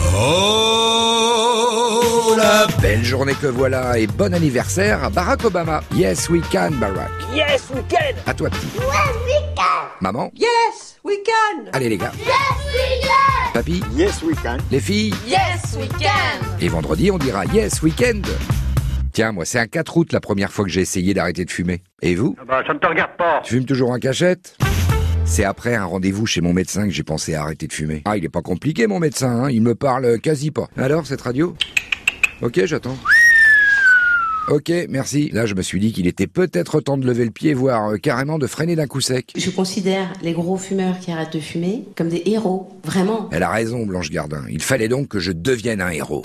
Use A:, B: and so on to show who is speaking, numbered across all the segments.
A: Oh, Belle journée que voilà et bon anniversaire à Barack Obama. Yes, we can, Barack.
B: Yes, we can.
A: À toi, petit. Maman.
C: Yes, we can.
A: Allez, les gars. Papy.
B: Yes, we can.
A: Les filles.
D: Yes, we can.
A: Et vendredi, on dira Yes, weekend. Tiens, moi, c'est un 4 août la première fois que j'ai essayé d'arrêter de fumer. Et vous
B: Ah bah, ça ne te regarde pas.
A: Tu fumes toujours en cachette c'est après un rendez-vous chez mon médecin que j'ai pensé à arrêter de fumer. Ah, il est pas compliqué mon médecin, hein, il me parle quasi pas. Alors cette radio Ok, j'attends. Ok, merci. Là, je me suis dit qu'il était peut-être temps de lever le pied, voire euh, carrément de freiner d'un coup sec.
E: Je considère les gros fumeurs qui arrêtent de fumer comme des héros, vraiment.
A: Elle a raison, Blanche Gardin. Il fallait donc que je devienne un héros.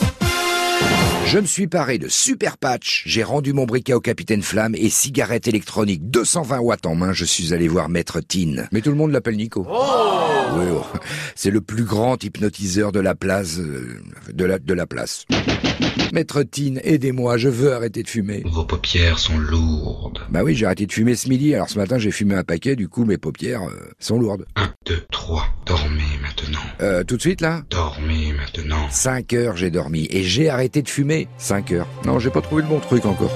A: Je me suis paré de super patch, j'ai rendu mon briquet au capitaine Flamme et cigarette électronique 220 watts en main, je suis allé voir Maître Tin. Mais tout le monde l'appelle Nico. Oui, oh, c'est le plus grand hypnotiseur de la place... euh, de la, de la place. Maître Tin, aidez-moi, je veux arrêter de fumer.
F: Vos paupières sont lourdes.
A: Bah oui, j'ai arrêté de fumer ce midi, alors ce matin j'ai fumé un paquet, du coup mes paupières euh, sont lourdes.
F: 1, 2, 3. Dormez maintenant.
A: Euh, tout de suite là
F: Dormez maintenant.
A: 5 heures j'ai dormi et j'ai arrêté de fumer. 5 heures. Non, j'ai pas trouvé le bon truc encore.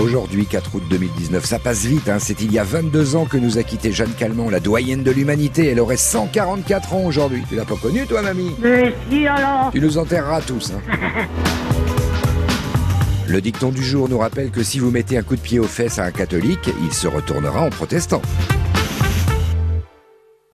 A: Aujourd'hui, 4 août 2019, ça passe vite, hein. c'est il y a 22 ans que nous a quitté Jeanne Calment, la doyenne de l'humanité. Elle aurait 144 ans aujourd'hui. Tu l'as pas connue, toi, mamie
G: Mais si alors
A: Tu nous enterreras tous. hein. Le dicton du jour nous rappelle que si vous mettez un coup de pied aux fesses à un catholique, il se retournera en protestant.